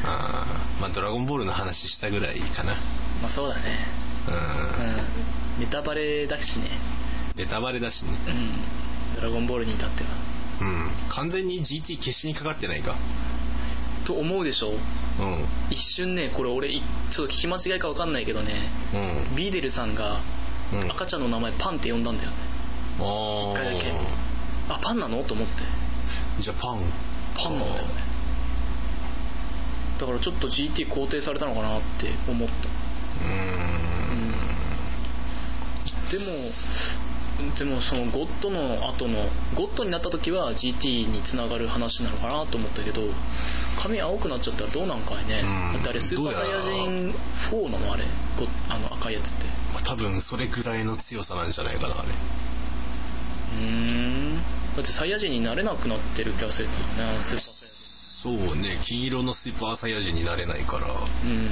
あーまあ「ドラゴンボール」の話したぐらいかな
まあそうだね
うん、
うんネタバレだしね
ネタバレだしね
うん「ドラゴンボール」に至っては
うん完全に GT 消しにかかってないか
と思うでしょ
うん
一瞬ねこれ俺いちょっと聞き間違いか分かんないけどね
うん
ビーデルさんが
うん
赤ちゃんの名前パンって呼んだんだよね
あ
一回だけ
あ
あパンなのと思って
じゃあパン
パンなんだよねだからちょっと GT 肯定されたのかなって思った
うー
でもでもそのゴッドの後のゴッドになった時は GT につながる話なのかなと思ったけど髪青くなっちゃったらどうなんかいね
うん
だってあれスーパーサイヤ人4なのあれゴあの赤いやつって
んまあ多分それぐらいの強さなんじゃないかなあれ
うーんだってサイヤ人になれなくなってる気がするけどねスーパーサ
そうね金色のスーパーサイヤ人になれないから
イヤ人うん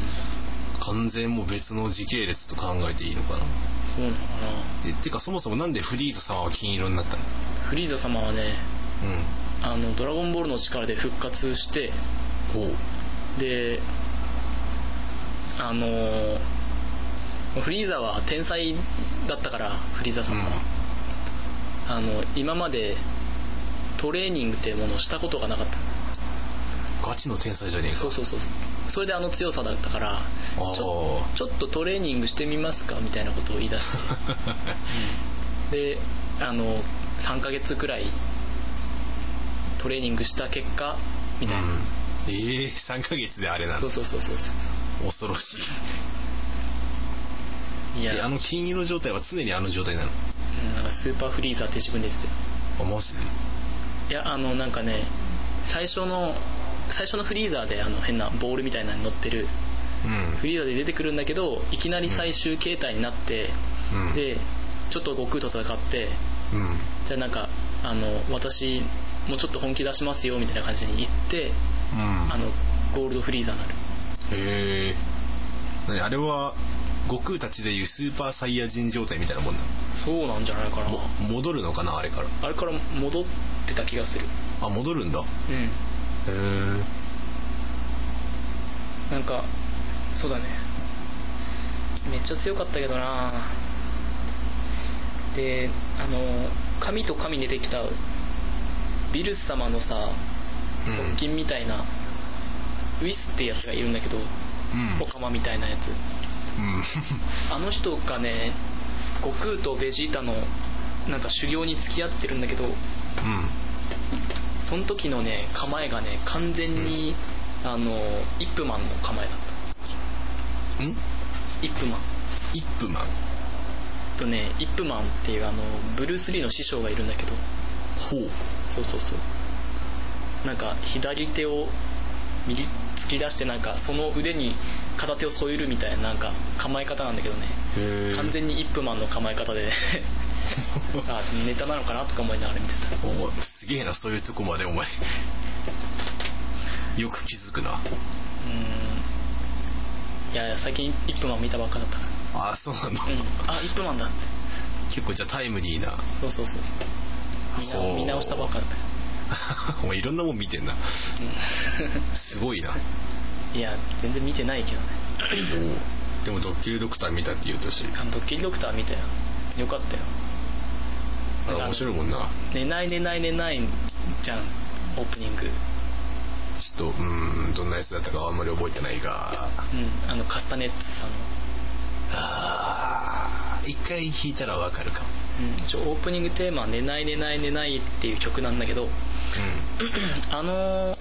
完全もう別の時系列と考えていいのかな
そうなのか
でてかそもそもなんでフリーズ様は金色になったの
なフリーザ様はね
うん
あのドラゴンボールの力で復活して
ほう
であのーフリーザは天才だったからフリーザ様は、あの今までトレーニングっていうものをしたことがなかった
ガチの天才じゃねえか
そうそうそうそうそれであの強さだったから
あ
ちょちょっとトレーニングしてみますかみたいなことを言い出して
あ
であの3ヶ月くらいトレーニングした結果みたいな、
うんええ3ヶ月であれなん
そう
だ
そうそうそうそ
恐ろしいう
いや
えあの金色状態は常にあの状態なの
うんなんかスーパーフリーザーって自分で言ってたよ
あマジで
いやあのなんかね最初の最初のフリーザーであの変なボールみたいなのに乗ってるフリーザーで出てくるんだけどいきなり最終形態になって、
うんうん
でちょっと悟空と戦って
うん
じゃあなんかあの私もうちょっと本気出しますよみたいな感じに言って
うん
あのゴールドフリーザーになる
へえ何あれは悟空たちでいうスーパーサイヤ人状態みたいなもんな
そうなんじゃないかな
のも戻るのかなあれから
あれから戻ってた気がする
あ戻るんだへ
うん
え
なんかそうだねめっちゃ強かったけどなであの神と神出てきたビルス様のさ
うん
側近みたいな、ウィスってやつがいるんだけど
うん
オカマみたいなやつ
うん
あの人がね悟空とベジータのなんか修行に付き合ってるんだけど
うん
その時のね構えがね完全に、あのイップマンの構えだっ
ん
たイップマン
イップマン
とねイップマンっていうあのブルース・リーの師匠がいるんだけど
ほう
そうそうそうなんか左手を右突き出してなんかその腕に片手を添えるみたいななんか構え方なんだけどね
へえ
完 全にイップマンの構え方であネタなのかなとか思いながら見てた
お前すげえなそういうとこまでお前よく気づくな
うーんいやいや最近イップマン見たばっかだったか
あそうなんだ、
らうんあイップマンだって
結構じゃあタイムリーな
そうそうそうそう見
ほう
な見直したばっかだったか
お前いろんなもん見てんな
ら、
すごいな
うん、い や全然見てないけどね
おでもドッキリドクター見たって言うとし
あのドッキリドクター見たよよかったよ
あ面白いもんな
寝ない寝ない寝ないじゃんオープニング
ちょっとうーんどんなやつだったかあんまり覚えてないが
うんあのカスタネッツさんの
あー一回弾いたらわかるかも
うん一応オープニングテーマは「寝ない寝ない寝ない」っていう曲なんだ けどあの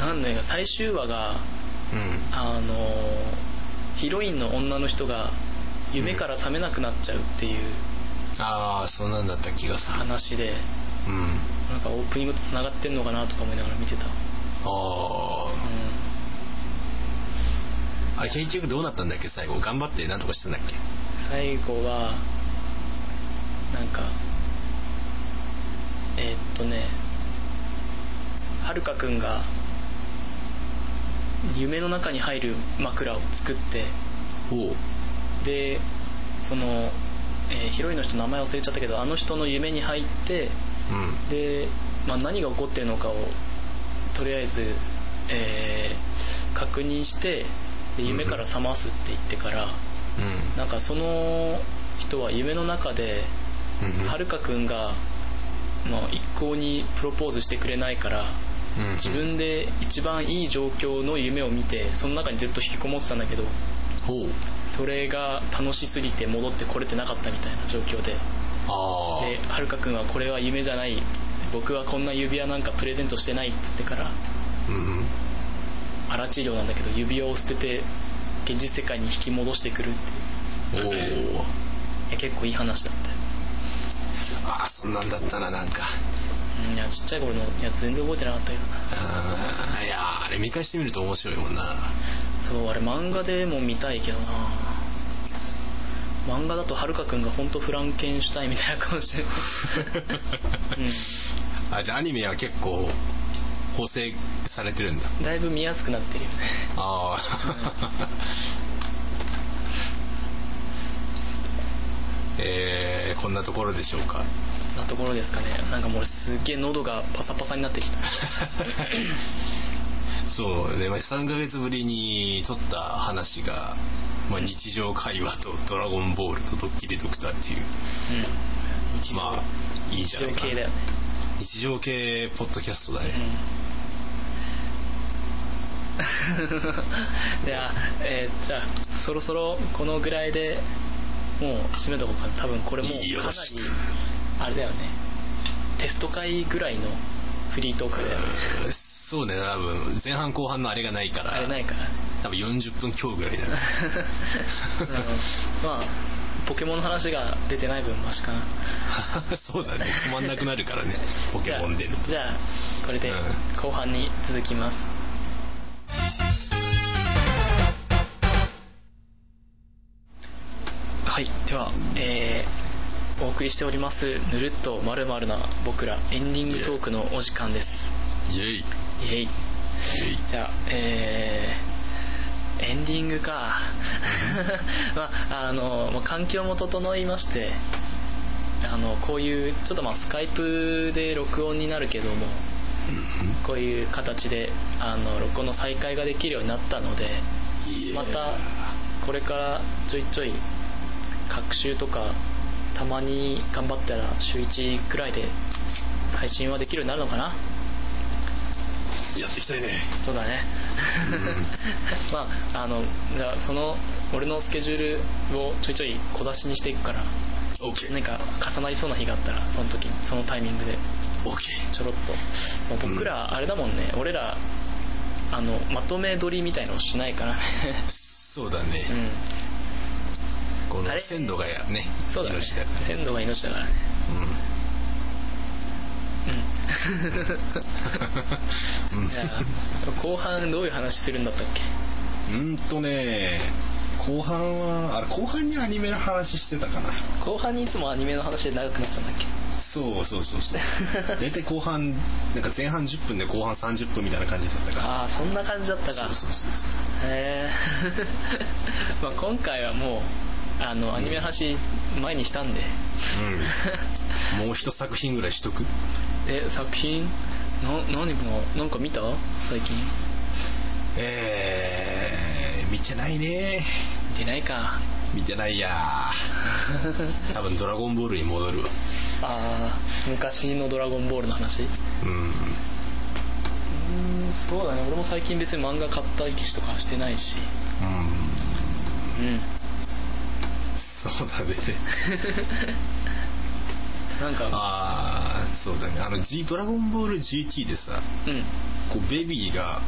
なんだよ最終話が
うんうん
あのヒロインの女の人が夢から覚めなくなっちゃうっていう
ああそんなんだった気がする
話で
うん
なんかオープニングと繋がってんのかなとか思いながら見てた
あ
う
あ
ん
あれ結局どうなったんだっけ最後頑張ってなんとかしたんだっけ
最後はなんかえーっとねはるかくんが夢の中に入る枕を作って
おう
でその、えーヒロインの人の名前忘れちゃったけどあの人の夢に入って
うん
で、まあ、何が起こってるのかをとりあえず、えー確認してで夢から覚ますって言ってから、
うん
なんかその人は夢の中で
うんうん
はるかくんが、まあ、一向にプロポーズしてくれないから
うん
自分で一番いい状況の夢を見てその中にずっと引きこもってたんだけど
ほう
それが楽しすぎて戻ってこれてなかったみたいな状況で
あ
ではるかくんはこれは夢じゃない僕はこんな指輪なんかプレゼントしてないって言ってから
あうんうん
荒治療なんだけど指輪を捨てて現実世界に引き戻してくるって
おお
いういや結構いい話だったよ
ああそんなんだったななんか
うんいやちっちゃい頃のやつ全然覚えてなかったけどな
あーいやーあれ見返してみると面白いもんな
そうあれ漫画でも見たいけどな漫画だとはるかくんが本当フランケンシュタインみたいな顔してる
あじゃあアニメは結構補正されてるんだ
うんだいぶ見やすくなってるよね
ああ えー、こんなところでしょうか
なところですかねなんかもう俺すっげえ喉がパサパサになっ てきた
そうね、まあ、3ヶ月ぶりに撮った話が、まあ、日常会話と「ドラゴンボール」と「ドッキリドクター」っていう
うん日常、
まあいいじ
日
ゃな
常
いかな
系だよね、
日常系ポッドキャストだね、
うん では、えーじゃあそろそろこのぐらいでもう締めとこうかな多分これもうかなり
よろしく
あれだよねテスト会ぐらいのフリートークで
うーそうね多分前半後半のあれがないから
あれないからね
多分40分強ぐらいだね
うんまあポケモンの話が出てない分マシかな
そうだね止まんなくなるからね ポケモン出ると
じゃあこれで
うん
後半に続きます、はいでは、えーお送りしておりますぬるっとまるまるな僕らエンディングトークのお時間です
イエイイエイ
イエイじゃあえエンディングか まああのまあ環境も整いましてあのこういうちょっとまあスカイプで録音になるけども
うん
こういう形であの録音の再開ができるようになったので
いや
またこれからちょいちょい各週とかたまに頑張ったら週1くらいで配信はできるようになるのかな
やっていきたいね
そうだね
うん
まああのじゃあその俺のスケジュールをちょいちょい小出しにしていくから
OKOK
何か重なりそうな日があったらその時そのタイミングでちょろっともう僕らあれだもんね、俺らあのまとめ撮りみたいのをしない からね
そうだね、
う
こ
あ
の
れ
鮮度がやね
んそうだね
命だから
鮮度が命だからね
う
う ん
うん
じゃあ後半どういう話するんだったっけ
うーんとね後半はあれ後半にアニメの話してたかな
後半にいつもアニメの話で長くなってたんだっ
そうそうそう そう
け
大体後半なんか前半10分で後半30分みたいな感じだったから
ああそんな感じだった
そう
か
そうそうそう
へえ まあ今回はもうあのアニメの話前にしたんで、
うんもう一作品ぐらいしとく
え作品な何かなんか見た最近
えー、見てないね
見てな いか
見てないや多分ドラゴンボールに戻るわ
あー昔の「ドラゴンボール」の話う
うん
ーんそうだね俺も最近別に漫画買ったりとかしてないし
うん
うん
そう だね
なんか
ああそうだねあの、G「ドラゴンボール GT」でさ
うんうん
こうベビーが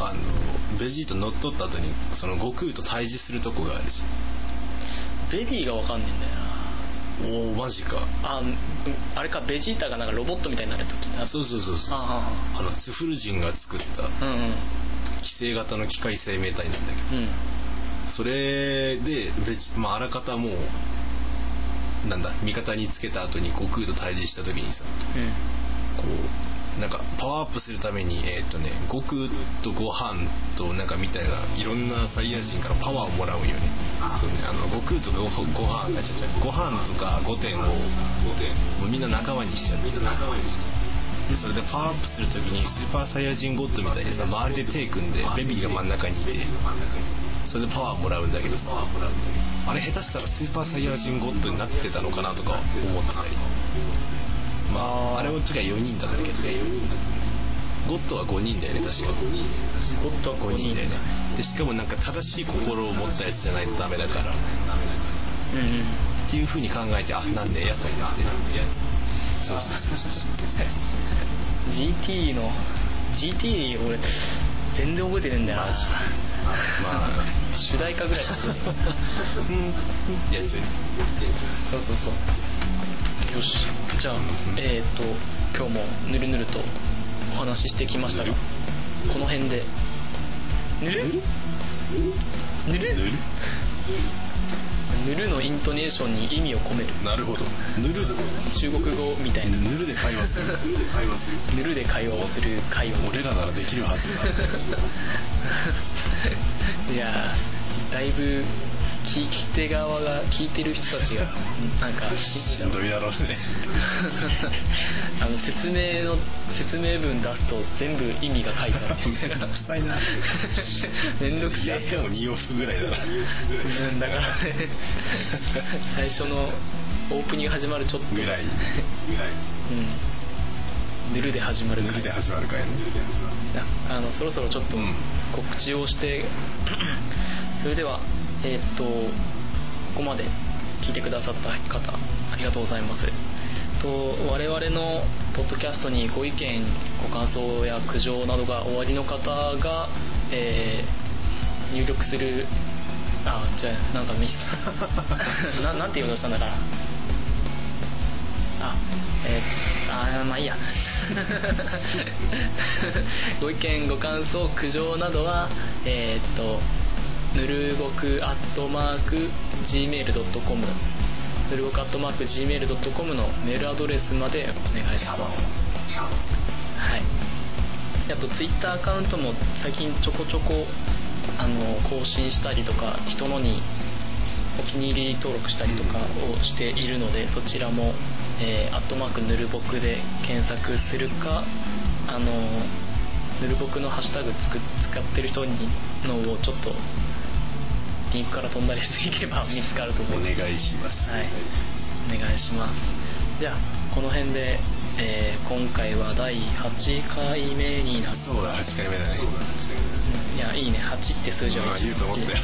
あのベジータ乗っ取った後にその悟空と対峙するとこがあるじ
ベビーがわかんねえんだ
ゃ
よ
んおおマジか
なあうんあれかベジータがなんかロボットみたいになる時
あ
あ
そうそうそうそうあ
あ
のツフル人が作った
ああうんうん
寄生型の機械生命体なんだけ
うん
どそれでベジ、まあ、あらかたもうなんだ味方につけた後に悟空と対峙した時にさ
うん
こうなんかパワーアップするためにえーっ、とね悟空とご飯となんかみたいないろんなサイヤ人からパワーをもらうんよねそうねあの悟空とごご飯あちゃちゃご飯とか御殿をもうみんな仲間にしちゃってでそれでパワーアップするときにスーパーサイヤ人ゴッドみたいにさ周りで手組んでベビーが真ん中にいてそれでパワーもらうんだけどさあれ下手したらスーパーサイヤ人ゴッドになってたのかなとか思ってたりまああれの時は4人だったけどゴッドは5人だよね確か
ゴッドは
5
5
人
人
だよねでしかもなんか正しい心を持ったやつじゃないとダメだから
うんうん
っていうふうに考えてあなんでやと思ってそうそうそうそうそう
GT の GT 俺全然覚えてねえんだよな
マジまあ
主題歌ぐらいしか覚えてない
やつよね
そうそうそうよしじゃあえっ、と今日もぬるぬるとお話ししてきましたが
ぬ
この辺でぬるぬる
ぬる
ぬるのイントネーションに意味を込める
なるほどぬる
中国語みたいな
ぬるで会話するぬるで会話する
ぬるで会話をする会話をする
俺らならできるはず
いやーだいぶ聞き手側が聞いてる人 たちがなんか
だしんどいだろうね
あの説明の説明文出すと全部意味が書いて ある
めん どくさいな
めんどく せ
や
え
っても2往復ぐらいだな
うんだからね最初のオープニング始まるちょっ と
ぐらい
うんぬるで始まる
ぬるで始まるかやね
あのそろそろちょっと
うん
告知をして、 それではえーっとここまで聞いてくださった方ありがとうございますと我々のポッドキャストにご意見ご感想や苦情などがおありの方が、えー入力するあ違うなんかミスななんて言おうとしたんだからあ、えー、あーまあいいや ご意見ご感想苦情などはえーっとぬるごくアットマーク Gmail.com ぬるごくアットマーク Gmail.com のメールアドレスまでお願いしますはいあとツイッターアカウントも最近ちょこちょこあの更新したりとか人のにお気に入り登録したりとかをしているのでそちらも「えーアットマークぬるぼく」で検索するかあのぬるぼくのハッシュタグつく使ってる人にのをちょっとリンクから飛んだりしていけば見つかると思い
お
ます
願いします、
はいお願いしますじゃあこの辺で、えー今回は第8回目になる
そうだ8回目だね
いやいいね8って数字は
まあ
一
言うと思 ったよ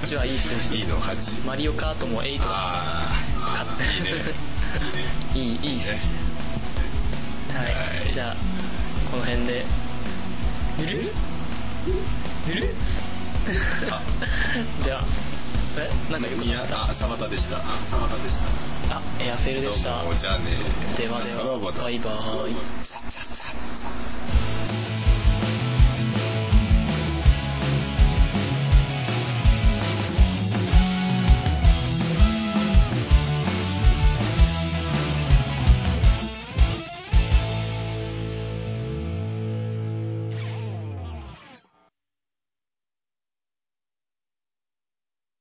8はいい数字
いいの8
マリオカートも8だ
あ
買
あいいね
って いいいい数字
ね
はい、
はい
じゃあこの辺でぬるぬ るではえなんかよく
い
な
や
かった
あサバタでしたサバタでした
あエアセールでした
どうもじゃあね
ではで
さらば
は
だ
バイバーイ